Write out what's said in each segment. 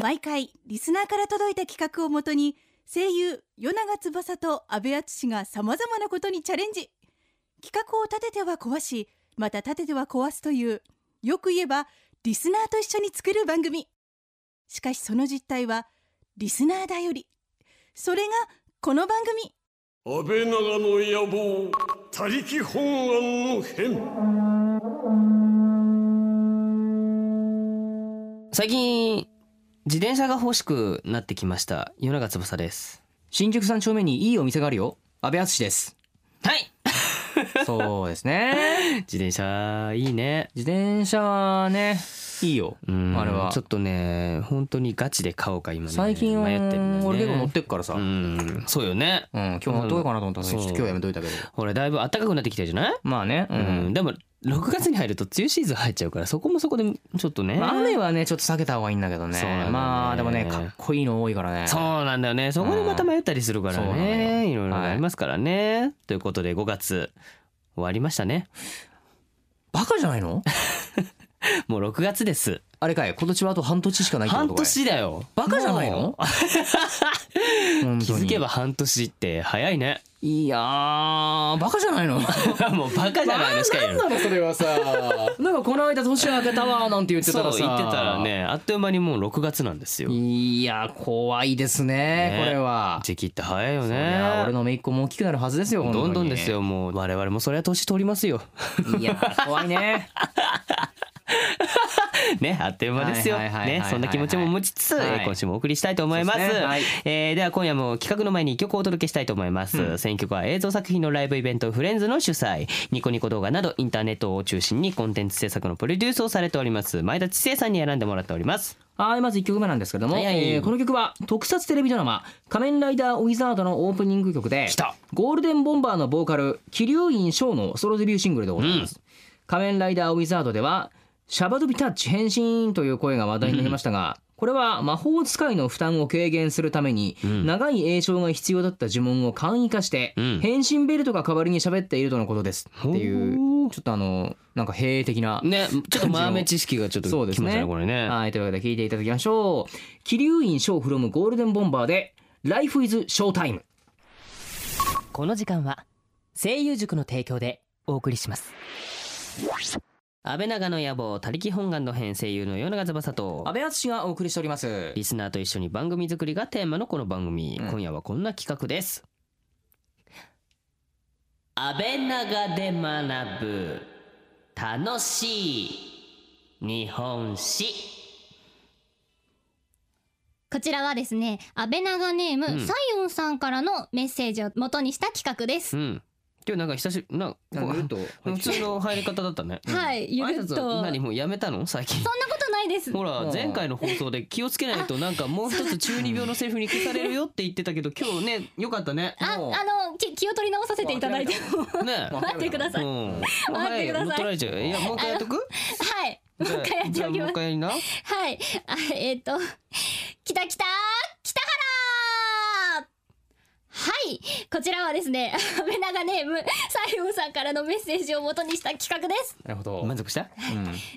毎回リスナーから届いた企画をもとに声優与永翼と阿部淳がさまざまなことにチャレンジ企画を立てては壊しまた立てては壊すというよく言えばリスナーと一緒に作る番組しかしその実態はリスナーだよりそれがこの番組安倍長の野望他力本願の変最近自転車が欲しくなってきました夜永翼です新宿三丁目にいいお店があるよ安倍敦ですはいそうで すね自転車いいね自転車はねいいようんあれはちょっとね本当にガチで買おうか今ね最近は迷ってるんだよね俺結構乗ってっからさ、ううんんそうよね今日乗っとこうかなと思ったのにそうちょっと今日はやめといたけどほらだいぶ暖かくなってきてるじゃないまあね、ううんんでも6月に入ると梅雨シーズン入っちゃうからそこもそこでちょっとねまあ雨はねちょっと避けた方がいいんだけどねそうなんだよねまあでもねかっこいいの多いからねそうなんだよねそこでまた迷ったりするからうんそうなのねよいろいろありますからね、ということで5月終わりましたねバカじゃないのもう6月ですあれかい今年はあと半年しかないってこ半とかい年だよバカじゃないものう気づけばば半年って早いね いやーバカじゃないのもうバカじゃないのしか言うなんなのそれはさ なんかこの間年が明けたわなんて言ってそたう言らってさたらねあっという間にもう6月なんですよいや怖いですねねこれは時期って早いよいやね俺の姪っ子も大きくなるはずですよ本当にどんどんですよもう我々もそれは年取りますよ いや怖いねねあっという間ですよはいはいはいはねいはいはいそんな気持ちも持ちつつ、はいえー今週もお送りしたいと思いますそうですねはいえーでは今夜も企画の前に一曲をお届けしたいと思います、うん選曲は映像作品のライブイベントフレンズの主催ニコニコ動画などインターネットを中心にコンテンツ制作のプロデュースをされております前田知世さんに選んでもらっておりますはいまず1曲目なんですけども、はいはいえーこの曲は特撮テレビドラマ「仮面ライダーウィザード」のオープニング曲で来たゴールデンボンバーのボーカル桐生院翔のソロデビューシングルでございます、仮面ライダーウィザードではシャバドゥビタッチ変身という声が話題になりましたが、これは魔法使いの負担を軽減するために、長い栄唱が必要だった呪文を簡易化して、うん変身ベルトが代わりに喋っているとのことですっていうちょっとあのなんか兵的なねちょっと豆知識がちょっとそうですきましたねねこれねはいというわけで聞いていただきましょう桐生院翔 from ゴールデンボンバーで「Life is Showtime この時間は声優塾の提供でお送りします安倍長の野望他力本願の編声優の与永翼」と安倍淳がお送りしておりますリスナーと一緒に番組作りがテーマのこの番組、うん今夜はこんな企画です安倍長で学ぶ楽しい日本史こちらはですね、安倍長ネーム、うんサイオンさんからのメッセージを元にした企画ですう。ん今日なんか久しぶりななんか言うと普通の入り方だったねはい、ゆる挨っと。拶はそんな何こもうやめたの最近とないです。ほらうん前回の放送で気をつけないとなんかもう一つ中二病のセリフに消されるよって言ってたけど今日ねよかったねあ、あもうの、き気を取り直させていただいても。ねもう待ってくだうさい。んもう早いもう取られちゃういやもう一回やっとくはい。もう一回やってじゃあおきもう一ます。回やりなはい。あえっ、と、きたきた北原はいこちらはですね、安倍長ネーム、サイオンさんからのメッセージを元にした企画です。 なるほど、満足したう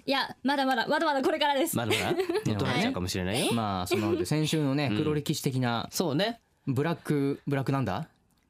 いや、まだまだ、まだまだこれからです。まだまだい取られちゃうかもしれないよん、まあその先週のねうん黒歴史的なそうねブラックブラックなんだ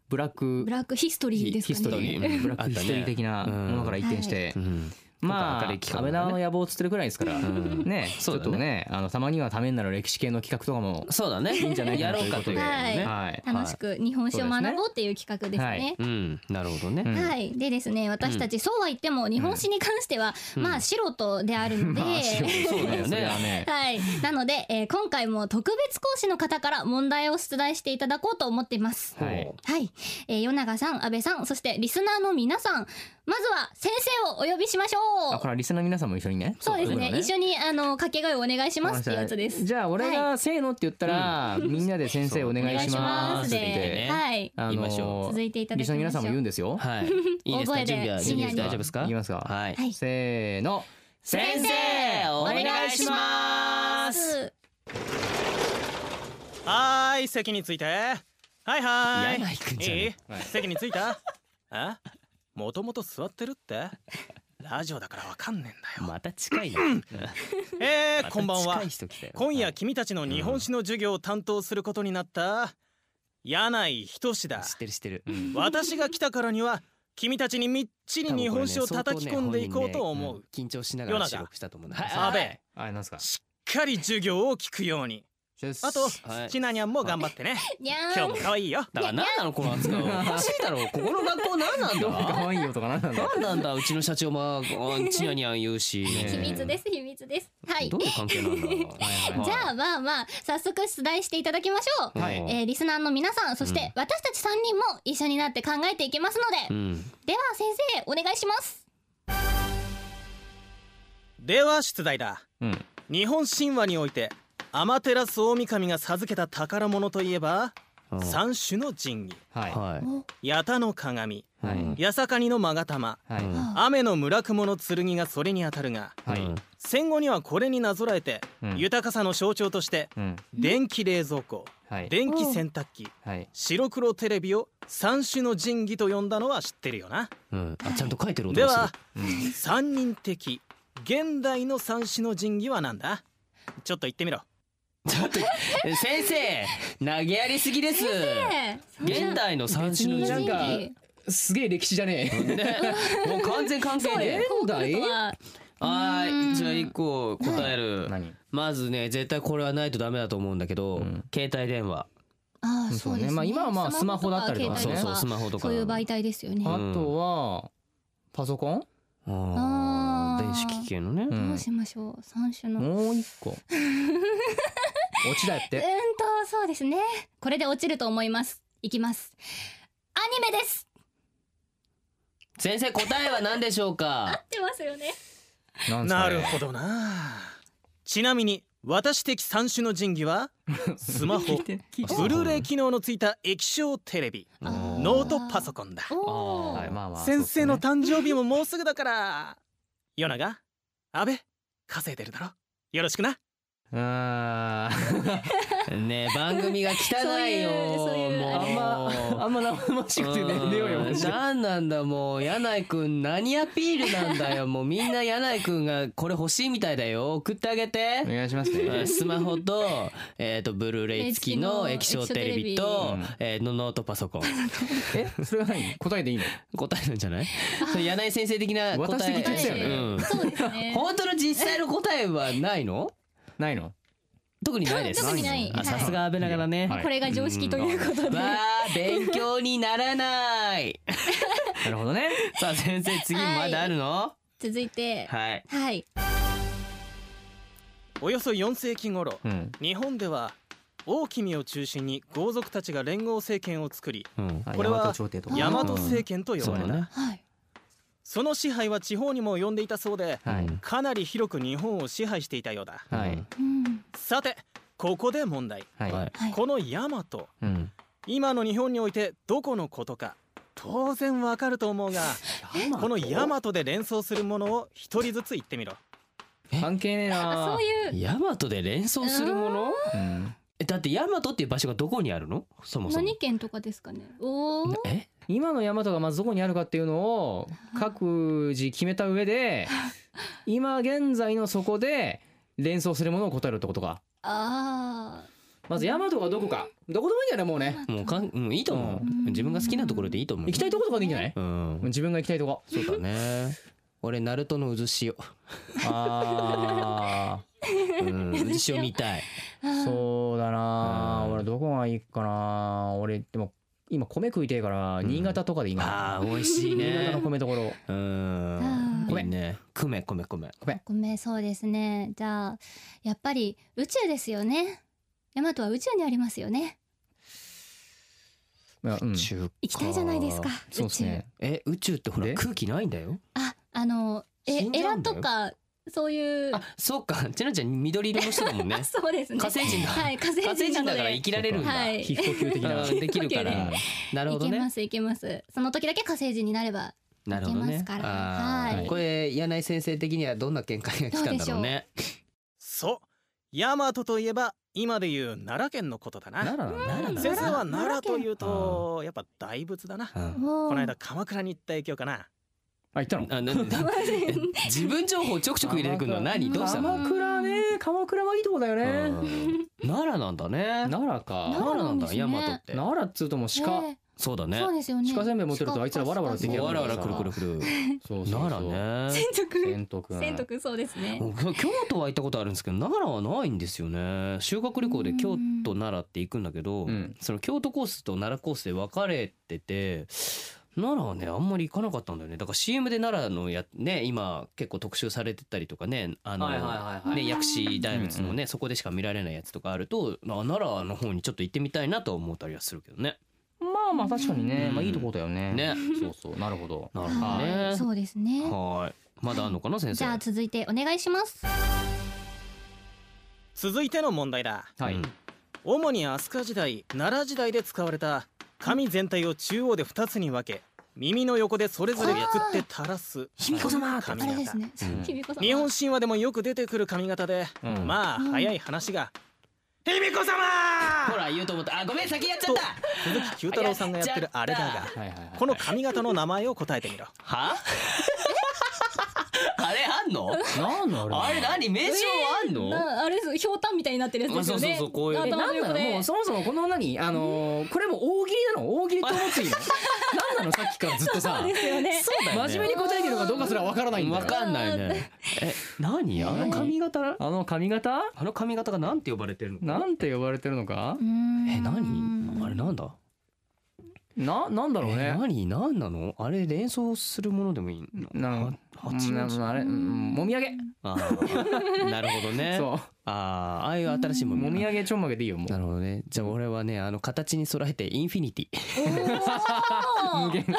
ブラックブラックヒストリーですかね。ヒストリうんーブラックヒストリー的なものから一転して、うんまあ明るい安企画倍だね長の野望をつってるくらいですから、んねちそょうっだねとねあのたまにはためになる歴史系の企画とかもそうだねいいんじゃないかやなろうかということでねはい楽しく日本史を学ぼうっていう企画ですはいね。うんなるほどねうんはい、でですね私たちそうは言っても日本史に関しては、まあ素人であるので、 まあそうだよねそそれれははねはい、なので、えー今回も特別講師の方から問題を出題していただこうと思っています。はほいうはい、えー、与永さん、安倍さん、そしてリスナーの皆さん、まずは先生をお呼びしましょあうこ。れはリスナーの皆さんも一緒にねそうですね、一緒緒にあの掛け声をお願いしますっていうやつです。じゃあ俺はがせーのって言ったらみんなで先生お願いしますってで言ってお願はい、あ言いましょの続いていただリきスナーの皆ましさんもょ言う。うんですよはいいいです大か声で準備は準備深夜大に丈夫ですか言いますかはいはいせーの先生お願いしますはーい席についてはいはーい柳井くんじゃね いい席についたえもともと座ってるってラジオだからわかんねえ んだよまた近いな。えまー、た こんばんは近い人来たよ今は夜い君たちの日本史の授業を担当することになった柳井仁だ知ってる知ってる。うん私が来たからには君たちにみっちり日本史を叩き込んでいこうと思う、多分これね相当ね本人ね緊張しながら世収の中録したと思うんだけどさ阿部しあれなんですかっかり授業を聞くようにあと、はいちなにゃんも頑張ってねにゃ今日ーんも可愛いよだから何なのこの扱いおかしいだろここの学校何なんどうかだ可愛いよとかなんなんだ何なんだうちの社長もチニャニャン言うし秘密ですす秘密ですはいどういう関係なんだじゃあまあまあ早速出題していただきましょう、はいえーリスナーの皆さんそして私たち3人も一緒になって考えていきますので、うんでは先生お願いしますでは出題だうん日本神話において天照大神が授けた宝物といえばうん三種の神器はいはい八田の鏡はいうん八坂にの勾玉はい雨の村雲の剣がそれにあたるがはいうん戦後にはこれになぞらえて、うん豊かさの象徴としてうん電気冷蔵庫はい電気洗濯機はい白黒テレビを三種の神器と呼んだのは知ってるよなうんあちゃんと書いてる音でがするは、三人的現代の三種の神器はなんだちょっと言ってみろえ先生投げやりすぎですえ現代の三種の別ー、神に器なんすげえ歴史じゃねえねもう完全関係ねこう来るとははーいじゃあ一個答える何まずね絶対これはないとダメだと思うんだけど、うん携帯電話ああそうそうねですねまあ今はまあスマホだったりとかね携帯そうそうスとかマホとかそういう媒体ですよねあとはパソコンああーー電子機器のね、どうしましょう三種のうーんともう一個落ちだよってそうですねこれで落ちると思いますいきますアニメです先生答えは何でしょうか合ってますよねなんすかなねるほどなちなみに私的三種の神器はス マホブルーレイ機能のついた液晶テレビあーノートパソコンだおはいーまあまあ先生のそう誕生日ももうすぐだから夜長阿部稼いでるだろよろしくなですねうーんねえ番組が汚いよそういうそういうもうあれ あんま生々しくてね寝ようよマジで何なんだもう柳井くん何アピールなんだよもうみんな柳井くんがこれ欲しいみたいだよ送ってあげてお願いしますえーねスマホと,、えー、とブルーレイ付きの液晶テレビと液晶えーのノートパソコンえそれは何答えでいいの答えなんじ ゃないそれ柳井先生的な 答え私的ですよねうんそうです ね本当の実際の答えはないのないの 特にないです特にないあはいさすが安倍ながらね、はいこれが常識ということでわあ勉強にならない なるほどねさあ先生次もまだあるの続いてはいはいおよそ4世紀頃うん日本では大君を中心に豪族たちが連合政権を作りうんあこれは大和朝廷とか大和政権と呼そばれうたねはいその支配は地方にも及んでいたそうではいうんかなり広く日本を支配していたようだはいうんさてここで問題はいはいはいこの大和うん今の日本においてどこのことか当然わかると思うがこの大和で連想するものを一人ずつ言ってみろ関係ねえあなそういうヤマトで連想するものうんえだってヤマトっていう場所がどこにあるのそもそも何県とかですかねおおなえ今の大和がまずどこにあるかっていうのを各自決めた上で今現在のそこで連想するものを答えるってことかあまず大和がどこかどこでもいいんだよねもうねもうかんうんいいと思ううん自分が好きなところでいいと思う行きたいとことかでいいんじゃないうん自分が行きたいとこそうだね 俺ナルトの渦潮あうん渦潮見 たいーーそうだなうん俺どこがいいかな俺でも今米食いてえからん新潟とかでいいなあー美味しい新潟ねの米ところうんあーいいね米米米ごめんそうですねじゃあやっぱり宇宙ですよねヤマトは宇宙にありますよねいやうん中華行きたいじゃないですかそう宇です宙ねえ宇宙ってほらで空気ないんだよああのえ死んエじゃうラんだよとかそういうあそうかちなちゃん緑色の人だもん ねあそうですね火星人だはい火星火星人人なのだでから生きられるんだはい皮膚呼吸的 なうんできるから呼なるほどいけまねすいけますその時だけ火星人になればなるほどいけまねすからあーはいこれ柳井先生的にはどんな見解が来たんだろうねそう大和といえば今でいう奈良県のことだなら奈良な先生は奈良奈良というとやっぱ大仏だなうんここの間鎌倉に行った影響かなあ行ったのあな 自分情報ちょくちょく入れてくるのは何どうしたの鎌倉ね鎌倉はいいとこだよねうん奈良なんだね奈良か奈良なんだ奈良大なんですね和って奈良っつうともう鹿、えそうだえねそうですよね鹿せんべい持ってるとあいつらわらわら出てきやわらわら鹿くるくるくるそうそうそう奈良ね千徳千とくん千徳そうですね僕京都は行ったことあるんですけど奈良はないんですよね修学旅行で京都奈良って行くんだけど、うんその京都コースと奈良コースで分かれてて奈良はねあんまり行かなかったんだよねだから CM で奈良のやね今結構特集されてたりとかねあの、はいはいはいはいね薬師大仏のね、そこでしか見られないやつとかあるとあ奈良の方にちょっと行ってみたいなとは思ったりはするけどねまあまあ確かにね、うんまあいいとこだよね。ねそうそう、なるほど。なるほどねそうですねはいまだあんのかな先生じゃあ続いてお願いします続いての問題だはい。うん主に飛鳥時代奈良時代で使われた髪全体を中央で2つに分け耳の横でそれぞれくくって垂らす卑弥呼様ってあ髪れです型ね卑弥呼さん日本神話でもよく出てくる髪型で、うんまあ早い話が「卑弥呼様!」ほら言うと思ったあごめん先やっちゃとった鈴木九太郎さんがやってるあれだがはいはいはいこの髪型の名前を答えてみろは あれあんのなんのあれあれ何名称あんの、 なあれですひょうたんみたいになってるやつですよねあそうそうそうこういう頭のなんな横のでもうそもそもこの何あのーこれも大喜利なの大喜利と思っていいのなんなのさっきからずっとさですよねそうだよね真面目に答えてるのかどうかすらわからないんだわよかんないね。え、何あの髪型、あの髪型あの髪型がなんて呼ばれてるの？なんて呼ばれてるのかうーんえ、何？あれなんだ？ななんだろうえ、ね何？何なの？あれ連想するものでもいいの？なは蜂なのあれうんもみあげあー なるほどね。そああ、ああいう新しいうももみみあげちょんまげでいいよもうなるほどね。じゃあ俺はね、あの形に揃えてインフィニティ。おー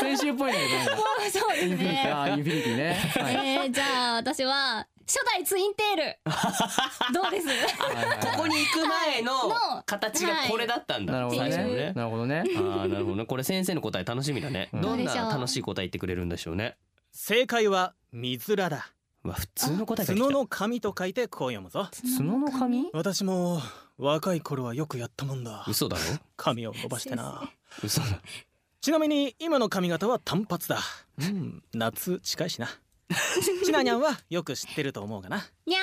先週っぽいんだけどそうですね あーインフィニティねはいえー、じゃあ私は初代ツインテールどうで すはいはいはいここに行く前のはいの形がこれだったんだ。なるほどっていうねなるほどねああ、なるほどね。これ先生の答え楽しみだね。うんどんな楽しい答え言ってくれるんでしょうね。正解は「水らだうわ、普通の」答えが来た角の髪と書いてこう読むぞ角の髪私も若い頃はよくやったもんだ嘘だろ？髪を伸ばしてな嘘だ。ちなみに今の髪型は単発だうん夏近い しなちなにゃんはよく知ってると思うがなにゃ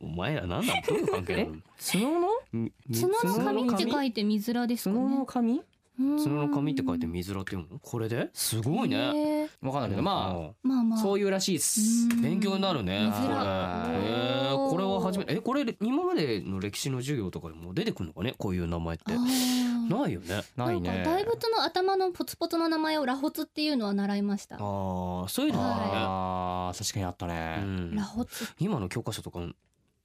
お前ら何なんだどういう関係なの角のーん角の髪って書いいて水らですか角ねの髪角の髪って書いてる水らっていうのこれですごいね、わかんないけどまあまあまああそういうらしいっすうーん勉強になるね水らこれえーおーこれは初めえこれ今までの歴史の授業とかでも出てくるのかねこういう名前ってあーないよねないんねか大仏の頭のポツポツの名前をラホツっていうのは習いましたあーそういうのもあー確かにあったあるね、ねうラんホツ今の教科書とか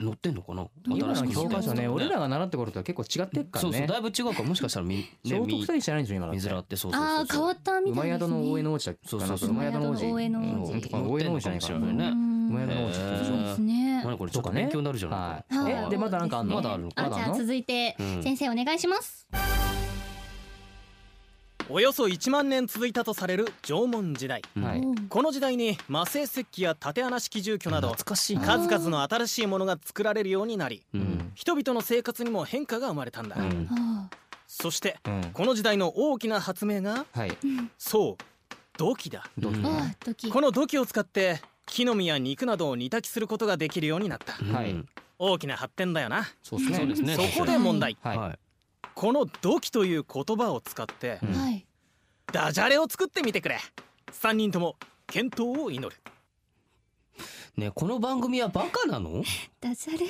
載ってんのかな今の教科書新ねしく俺らが習った頃とは結構違ってっからそうそうねだいぶ違うからもしかしたらみ、ね、聖徳み太子じゃないんですよ今だって水らってそうそうそうああ変わったみ馬たいです宿ねの大江の王子だっけそうそうそう馬宿の王子馬宿の王子うんとか大江の王子じゃないか乗ってんのかもしれなないねうん親の王子そってうへーですね何これちょっととかね勉強になるじゃなはいか、はいえでまだなんかあんのまだあるのあじゃあ続いてうん先生お願いしますおよそ1万年続いたとされる縄文時代うんはいこの時代に魔製石器や縦穴式住居など懐かしいな数々の新しいものが作られるようになりうん人々の生活にも変化が生まれたんだ、うんあそしてうんこの時代の大きな発明がはいそう土器だどうーぞあー時この土器を使って木の実や肉などを煮炊きすることができるようになったはいうん大きな発展だよなそうですねそうですねそこで問題はいはいこの土器という言葉を使ってうんはいダジャレを作ってみてくれ3人とも健闘を祈るねこの番組はバカなの ダジャレ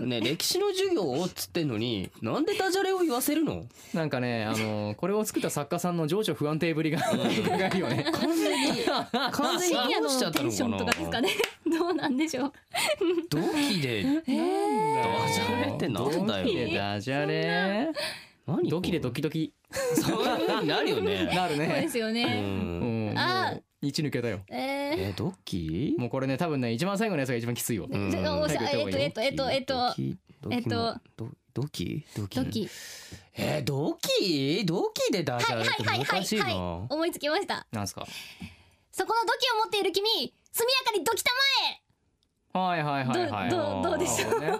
ね歴史の授業をっつってんのになんでダジャレを言わせるのなんかねあのーこれを作った作家さんの情緒不安定ぶりが 伺えるよね完全に完全深に夜どうしちゃのったテンションのとかかですなかね どうなんでしょう同期でえーダジャレってなんだよドキでダジャレ何ドキでドキドキ そういう風になるよね なるそうでねすようねうんんあーもう一抜けだよええドキもうこれね多分ね一番最後のやつが一番きついようんーじゃあおしゃ早く言った方がいいよえっとえっとえっとえドキっえっとドドキドキと時えードキドキでダジャレって難しいはいはいな思いつきましたなんすかそこの土器を持っている君速やかにドキたはいはいはいはいどどどうでしょうね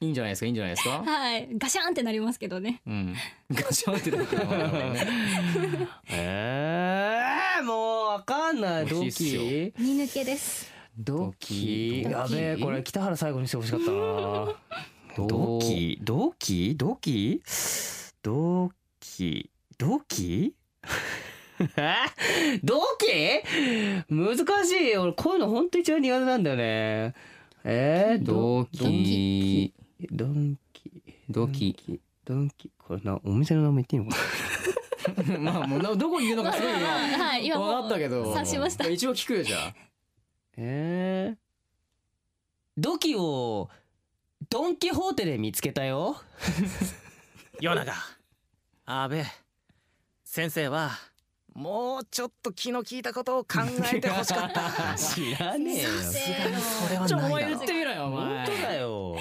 いいんじゃないですかいいんじゃないですかはいガシャンってなりますけどねうん ガチャンってなってる えー、もうわかんない美ド味しいキ見抜けですドキドキやべえこれ北原最後にしてほしかったな ドドキキドキドキドキドキ ドキ難しい俺こういうの本当一番苦手なんだよねえー、ドドキドンキドキドンキこれなお店の名前言っていいのかな まあもうなどこに言うのかすごいまあまあはい今今も分うかったけど察しまし た一応聞くよじゃあえー、ドキをドンキホーテで見つけたよ夜長阿部先生はもうちょっと気の利いたことを考えてほしかった知らねえよさすがに それはちょお前ないだろ言ってみろよお本前当だよ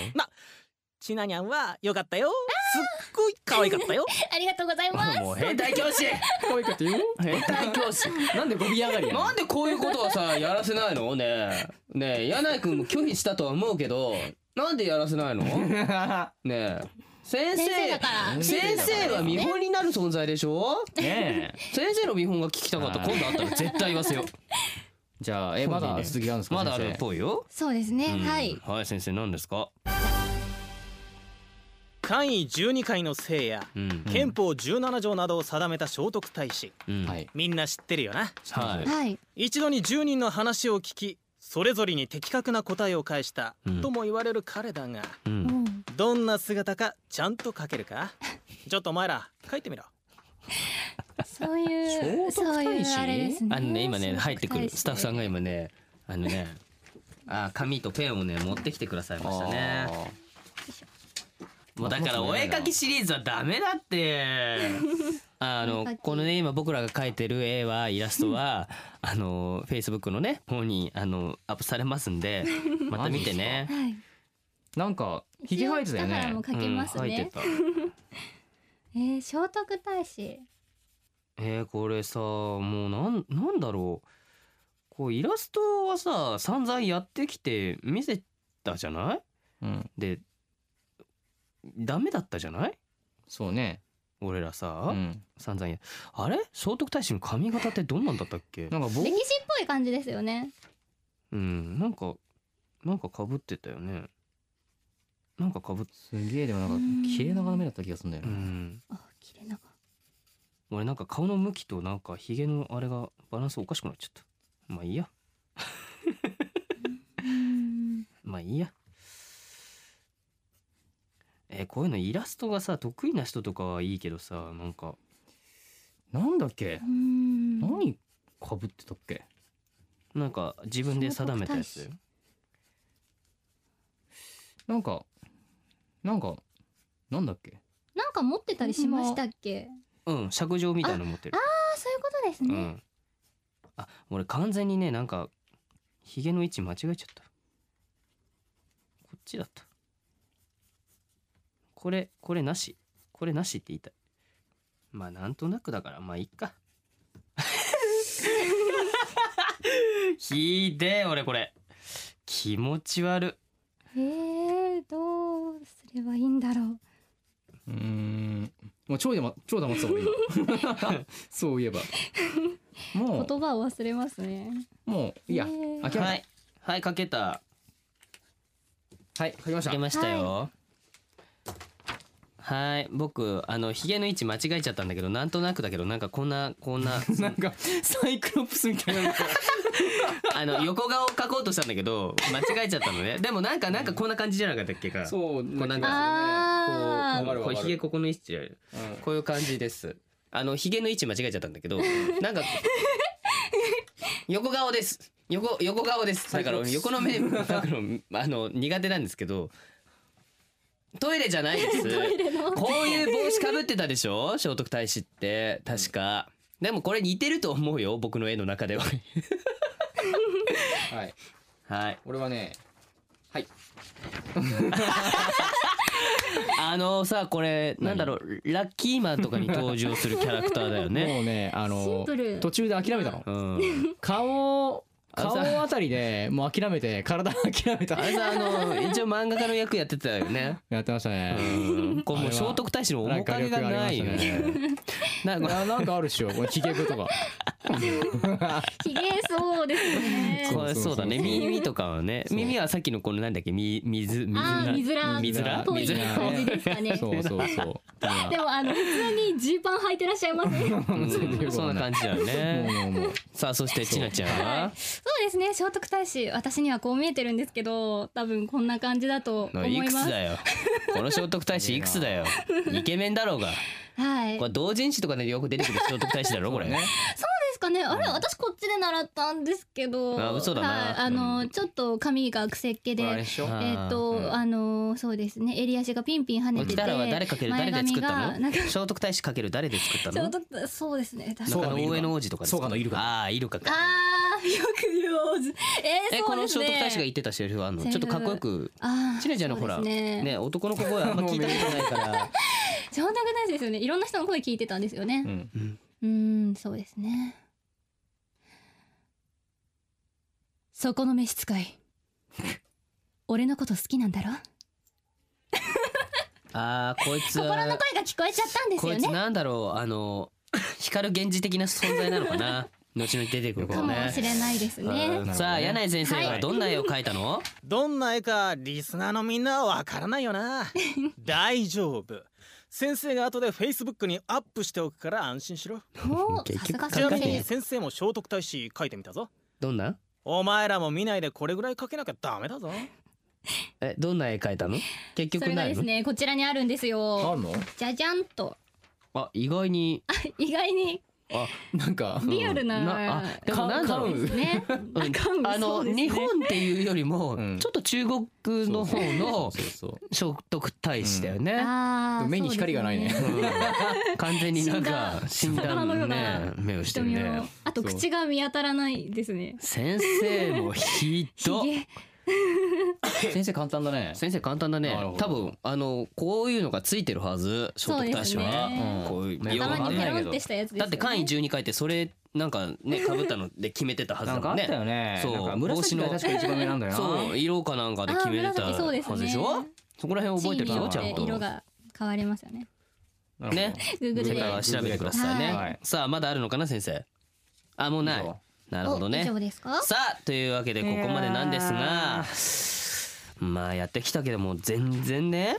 ちなにゃんは良かったよすっごい可愛かったよありがとうございますもう変態教師可愛かったよ変態教師なんでゴミ上がりやねんなんでこういうことはさやらせないのねえねえ柳井君も拒否したとは思うけどなんでやらせないのねえ先生先生だから先生は見本になる存在でしょねえ先生の見本が聞きたかったはい今度あったら絶対言わせ よじゃあえまだ続きがあるんですかまだあ先る生っぽいよそうですねうんはいはい先生何ですか簡易12回の聖やうん憲法17条などを定めた聖徳太子うんはいみんな知ってるよなはいはい一度に10人の話を聞きそれぞれに的確な答えを返した、うんとも言われる彼だがうんうんどんな姿かちゃんと書けるか ちょっとお前ら書いてみろそういうそういうあれですねあのね今ね入ってくるスタッフさんがが今ねあのねあー紙とペンをね持ってきてくださいましたねもうだからお絵描きシリーズはダメだ ってあおの絵描きこのね今僕らが描いてる絵はイラスト はあの Facebook のね方にあのアップされますん でまた見てねはいなんかひげ生えてたよ一応だからねもう書けますうん描いねてたえー聖徳太子えー、これさもうなんなんだろうこうイラストはさ散々やってきて見せたじゃないうんでダメだったじゃないそうね俺らさ、うん散々やあれ聖徳太子の髪型ってどんなんだったっけなんかぼ歴史っぽい感じですよねうんなんかなんかかぶってたよねなんかかぶっすげえでもなんか綺麗な斜めだった気がするんだようねんあ綺麗な俺なんか顔の向きとなんかひげのあれがバランスおかしくなっちゃったまあいいやうんまあいいや。えーこういうのイラストがさ得意な人とかはいいけどさなんかなんだっけうん何かぶってたっけなんか自分で定めたやつなんかなんかなんだっけなんか持ってたりしましたっけうん尺状みたいなの持ってるあそういうことですうね、んあ俺完全にねなんかひげの位置間違えちゃったこっちだったこれこれなしこれなしって言いたいまあなんとなくだからまあいっか ひでえ俺これ気持ち悪えー、どうすればいいんだろううーんもう超でま超黙ってた俺今 そういえばも言葉を忘れますねうもういいやえー諦めたはいはいかけたはい書きましかたけましたよはい僕あのひげの位置間違えちゃったんだけどなんとなくだけどなんかこんなこんななんかサイクロプスみたい なあの横顔を描こうとしたんだけど間違えちゃったのねでもなんかなんかこんな感じじゃなかったっけかこそううなんかあわーかるわこかうるひげここの位置じゃないこういう感じですあのひげの位置間違えちゃったんだけ どなんか横顔です横横顔ですだから俺横の目だからあの苦手なんですけど トイレじゃないですこういう帽子かぶってたでしょ聖徳太子って確か、でもこれ似てると思うよ僕の絵の中ではうんはいはい俺はねあのさこれなんだろうラッキーマンとかに登場するキャラクターだよね。もうねあシンのプル途中で諦めたのうん、顔あの顔さあたりでもう諦めて体諦めたあれさあの一応漫画家の役やってたよね。やってましたねうん、こうもう聖徳太子の面影がないよね。な んいかやなんかあるっしょこれひげ部とかひげそうですねこれそうだね耳とかはね耳はさっきのこのなんだっけみ水水あー水ら水らぽい水ら感じですかねそうそうそうでもあの普通にジーパン履いてらっしゃいますねそううんそんな感じだよね。もうもうもうさあそしてちなちゃんはですね聖徳太子私にはこう見えてるんですけど多分こんな感じだと思いいくつますだよ。この聖徳太子いくつだよ。イケメンだろうが。はいこれ同人誌とかでよく出てくる聖徳太子だろこれ。ですかねあれ私こっちで習ったんですけどあ嘘だなはい、あのちょっと髪が癖っ気でこれあれっしょあーえっ、と、うんあのそうですね襟足がピンピン跳ねて沖て田らは誰かける誰前で作っ髪たがなのんか聖徳太子かける誰で作った聖の徳太そうですね確か中野大江の王子とかですそうかのイルカああイルカかあーよく言おうずえー、えそこうのです聖ね徳太子が言ってたセリフあんのちセょっとリフかっこよくあーちなちゃんのほらそうですねね男の子声あんま 聞いたことないから聖徳太子ですよねいろんな人の声聞いてたんですよねうんうーんそうですねそこの召使い俺のこと好き なんだろあーこいつ心の声が聞こえちゃったんですこよいつねなんだろうあの光る源氏的な存在なのか な後々出てくるからもねしれないですねうんさあ柳井先生はどんな絵を描いたのどんな絵かリスナーのみんなはわからない よな大丈夫先生が後でフェイスブックにアップしておくから安心しろおー結局さすがちなみ先に生先生も聖徳太子書いてみたぞどんなお前らも見ないでこれぐらい書けなきゃダメだぞえどんな絵描いたの結そ局れがないですのねこちらにあるんですあよるのじゃじゃんと あ意外に意外にあなんか リアルなあでもなんだろうですねうんあの日本っていうよりもうんちょっと中国の方そのうそうそう聖徳太子だよね。あでーも目に光がないねそうですうん完全になんか死死んんだだ魚のようねな目をしてる瞳をね。あと口が見当たらないですね先生もひどっひげ先生簡単だね先生簡単だねなるほど多分あのこういうのがついてるはず聖徳太子は、そうですうねんこういうよくわ頭かんになペいロけンどってしたやつですよねだって簡易12回ってそれなんかねかぶったので決めてたはずなだんかもあんったねよねそうなんか紫が帽子確のか一番上なんだよなそう色かなんかで決めてたあー紫そうですねはずでしょそこら辺覚えてる地位よにちゃんよって色と。が変わりますよねなるほどね世グ o g 界では調べてくださいね、はいさあまだあるのかな先生あもうないそうなるほどね以上ですかさあというわけでここまでなんですがまあやってきたけども全然ね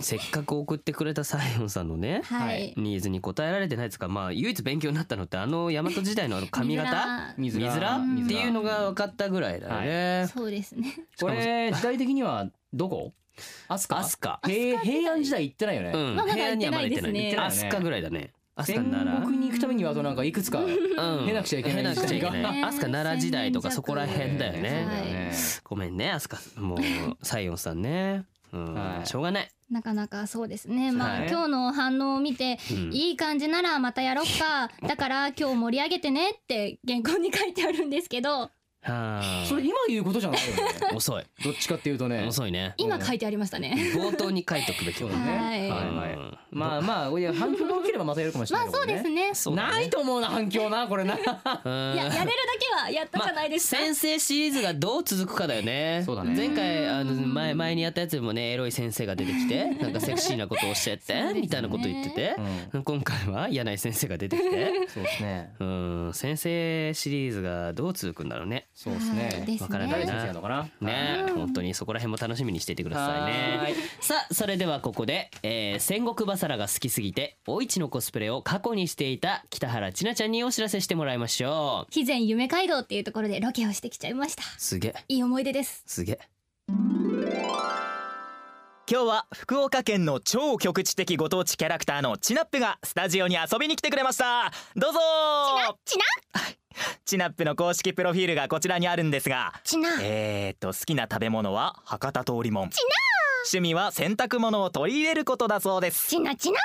せっかく送ってくれたサイオンさんのねはいニーズに応えられてないですかまあ唯一勉強になったのってあの大和時代のあの髪型水水らっていうのが分かったぐらいだよねら。そうですねこれ時代的にはどこアスカアスカ平平安時代行ってないよね、うんまだ部屋にはまだ行ってない行ってないアですスねカぐらいだねアスカ戦なら国に行くためにはあとなんかいくつかうん経なくちゃいけない経くちゃいけ時ない代がアスカ奈良時代とかそこら辺だよね、はいごめんねアスカもうサイオンさんね、うんはいしょうがない、なかなかそうですねまあ、はい今日の反応を見てうんいい感じならまたやろっかだから今日盛り上げてねって原稿に書いてあるんですけどはあそれ今言うことじゃないよね遅いどっちかっていうとね遅いね今書いてありましたね冒頭に書いとくべきそうだだねねはいはいうんまあまあいや反響が大きければまたやるかもしれまなあいけどそうね、ですねそうだねないと思うな反響なこれなうんいややれるだけはやったじゃないですか、先生シリーズがどう続くかだよねそうだね前回あの前前にやったやつでもねエロい先生が出てきてなん かセクシーなことを教えて、みたいなこと言って て、今回は柳井先生が出てきてそうですねうん先生シリーズがどう続くんだろうねそうですはいねですねわからない先生なのかなね、本当にそこら辺も楽しみにしていてくださいはーねい。さあそれではここで、えー戦国バサラが好きすぎてお市のコスプレを過去にしていた北原千奈ちゃんにお知らせしてもらいましょう。肥前夢街道っていうところでロケをしてきちゃいましたすげえいい思い出ですすげえ。今日は福岡県の超局地的ご当地キャラクターのチナップがスタジオに遊びに来てくれましたどうぞちなチナップの公式プロフィールがこちらにあるんですがちなえー、と好きな食べ物は博多通りもん趣味は洗濯物を取り入れることだそうですちなちな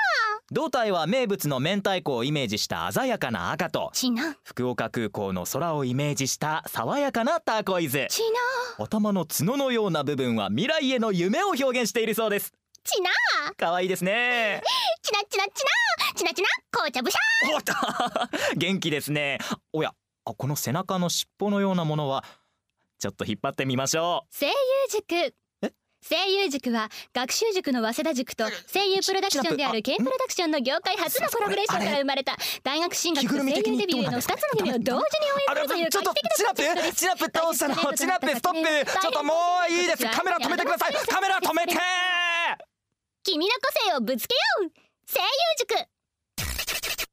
胴体は名物の明太子をイメージした鮮やかな赤とちな福岡空港の空をイメージした爽やかなタコイズちな頭の角のような部分は未来への夢を表現しているそうですちな可愛いですねちなちなちなちなちな紅茶ぶしゃおっと元気ですねおやあこの背中の尻尾のようなものはちょっと引っ張ってみましょ声優塾声優塾は学習塾の早稲田塾と声優プロダクションであるケンプロダクションの業界初のコラボレーションから生まれた大学進学と声優デビューへの2つの夢を同時に応う援すあれるというちょっとチナップチナップ倒したのチナップストップちょっともういいですカメラ止めてくださいカメラ止めて君の個性をぶつけよう声優塾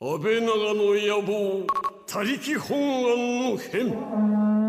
安倍長の野望他力本願の変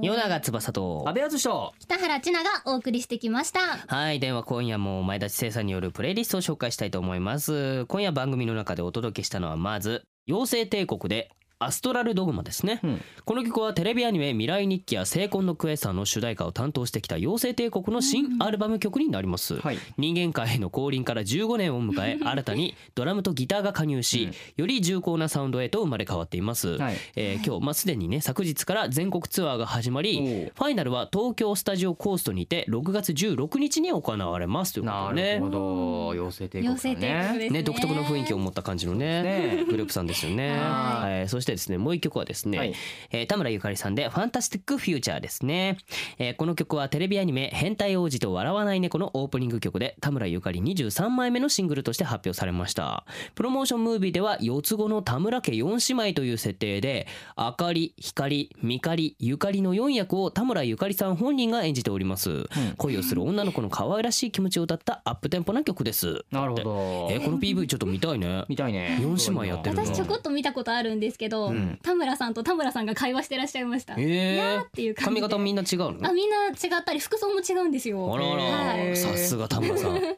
夜長翼と安倍淳と北原千奈がお送りしてきましたはいでは今夜も前田知世さんによるプレイリストを紹介したいと思います今夜番組の中でお届けしたのはまず妖精帝国でアストラルドグマですね、うんこの曲はテレビアニメ「未来日記」や「成婚のクエスター」の主題歌を担当してきた妖精帝国の新アルバム曲になります、はい人間界への降臨から15年を 迎え新たにドラムとギターが加入し、より重厚なサウンドへと生まれ変わっています、はいえー今日、まあ、すでにね昨日から全国ツアーが始まおりうファイナルは東京スタジオコーストにて6月16日に行われますということでなるねほど妖精帝国だ妖精帝国ねですねね独特の雰囲気を持った感じのねねグループさんですよね、ははい、そしてですねもう一曲はですね、はいえー田村ゆかりさんで「ファンタスティック・フューチャー」ですね、えーこの曲はテレビアニメ「変態王子と笑わない猫」のオープニング曲で田村ゆかり23枚目のシングルとして発表されましたプロモーションムービーでは四つ子の田村家4姉妹という設定であかりひかりみかりゆかりの4役を田村ゆかりさん本人が演じております、恋をする女の子の可愛らしい気持ちを歌ったアップテンポな曲ですなるほどえーこの PV ちょっと見たいね見たいね四姉妹やってるな私ち ょこっと見たことあるんですけど、うん田村さんと田村さんが会話してらっしゃいました、えいーやーっていう感髪じで型みんな違うのあみんな違ったり服装も違うんですよあらあはいら、さすが田村さん。あ髪型は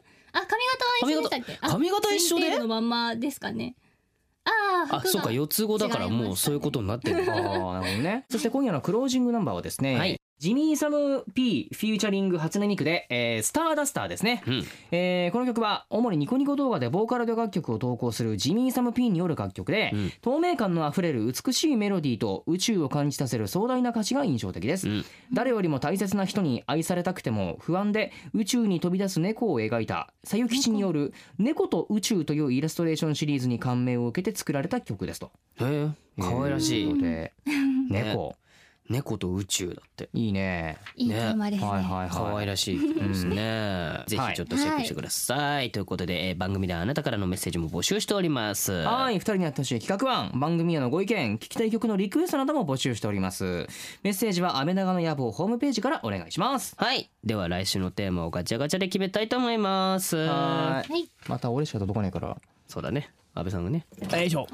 一緒でしたっけあ髪型一緒でツインテールのまんまですかねあああ、そうか、四つ子だから、もうそういうことになってる。あーなるほどね。そして今夜のクロージングナンバーはですね、はいジミー・サム・ P フィーチャリング初音ミクで、えースターダスターですね、うんえーこの曲は主にニコニコ動画でボーカルで楽曲を投稿するジミー・サム・ P による楽曲で、うん透明感のあふれる美しいメロディーと宇宙を感じさせる壮大な歌詞が印象的です、うん誰よりも大切な人に愛されたくても不安で宇宙に飛び出す猫を描いた「さゆきち」による「猫と宇宙」というイラストレーションシリーズに感銘を受けて作られた曲ですと。へえ、可愛らしとうこいと。で猫、猫と宇宙だって。いいね。いいテーマですねはいはい可はい。愛らしいですね。ぜひちょっとチェックしてください。ということで、えー番組ではあなたからのメッセージも募集しております。はい、二人にやってほしい企画案、番組へのご意見、聞きたい曲のリクエストなども募集しております。メッセージはアメ長の野望ホームページからお願いします。はい、では来週のテーマをガチャガチャで決めたいと思います。ははいい。また俺しか届かないから。そうだね、安倍さんがね。よいしょ。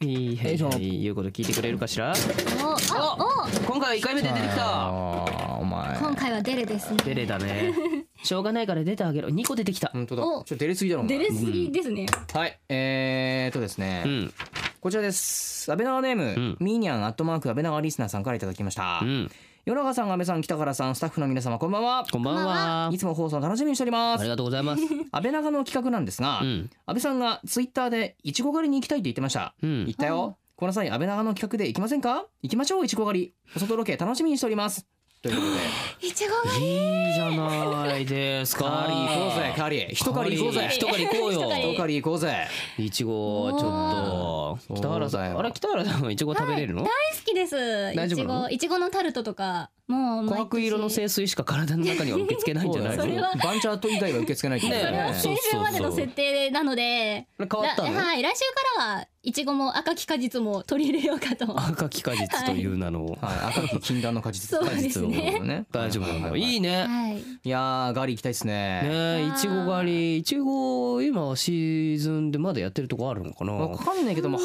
いいはいはい言うこと聞いてくれるかしら。おあお今回は一回目で出てきた。ああ、お前。今回はデレですね出れだ ね。しょうがないから出てあげろ。二個出てきた。本当だ。ちょおっと出れすぎだろ。お前デレすぎですね、はい。えーとですね。うん。こちらです。安倍長ネーム、んミーニャンアットマーク安倍長リスナーさんからいただきました。うん。夜中さん、安倍さん、北原さん、スタッフの皆様、こんばんは。こんばんこんばは。いつも放送楽しみにしておりまあすり。がとうございます。安倍長の企画なんですが、うん。安倍さんがツイッターでいちご狩りに行きたいと言ってました、うん行ったよこの際安倍長の企画で行きませんか行きましょういちご狩りお外ロケ楽しみにしておりますということでいちごがいいじゃないです か。カーリー行こうぜカーリー一狩り行こうぜ一狩り行こう一狩一よ。狩り行こうぜいちごちょっとおー北原そうださん、よあれ北原さんはいちご食べれるの？大好きです大い丈夫ちなのごいちごのタルトとかもう毎琥年珀色の清水しか体の中には受け付けないんじゃないその？うだよバンチャート以外は受け付けないってことだよねねそう先週までの設定なのであれ変わったらの？はい来週からはイチゴも赤き果実も取り入れようかと赤き果実という名のはい、赤き禁断の果実そうですね果実をね大丈夫なんだよ。いいね。はいいやー狩り行きたいですねねえ、いあーちご狩り、いちご今シーズンでまだやってるとこあるのかな。わかんないけどもハ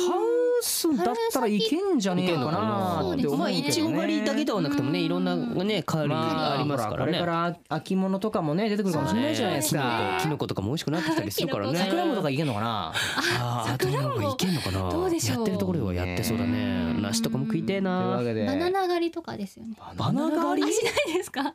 ウスだったらいけんじゃねえかなーって思まあうけどねいちご狩りだけではなくてもね、いろんなねカリまがあ、ありますからこれかね。ら秋物とかもね出てくるかもしれないじゃないですか。キノコとかも美味しくなってきたりするからね。桜もとかいけんのかな。あー桜もあとなんかいけんのかな。どうでしょうやってるところはやってそうだね。ね梨とかも食いてえというわな。けで。バナナ狩りとかですよねバナナ狩ありしないですか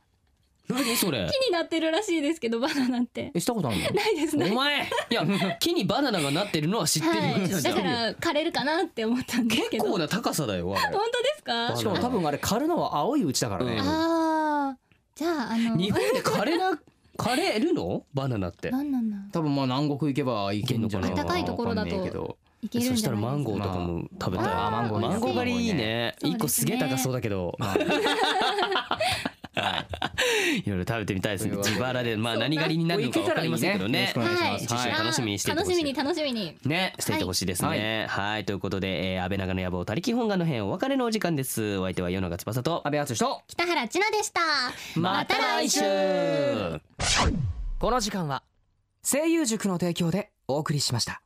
何それ。木になってるらしいですけどバナナって えしたことあるの？ないですねお前いや木にバナナがなってるのは知ってるよ。はい、知っだてかるよら枯れるかなって思ったんですけ結ど構本な高さだよ。あれ当ですかしかも多分あれ刈るのは青いうちだからね。うんああじゃああの日本で枯れな枯れるのバナナって。なんなんだ多分まあ南国行けばいけんのかな。暖かいところだわかとんねえけどいけるんそしじたゃらないですかマンゴーとかも食べたい、まああーマンゴーマンゴー狩りいいねそうですね一個すげえ高そうだけど、はい、いろいろ食べてみたいですというわけで自腹でまあ何狩りになるのか行け分たからりいいねませんけどねよろしくお願いしはまい、すはいあー楽しみにしていてほ楽しいしみに楽しみにね、していてほしいですね。はい、ということで、えー、安倍長の野望他力本願の編お別れのお時間です。お相手は世永翼と安倍敦と北原千奈でしたまた来週。この時間は声優塾の提供でお送りしました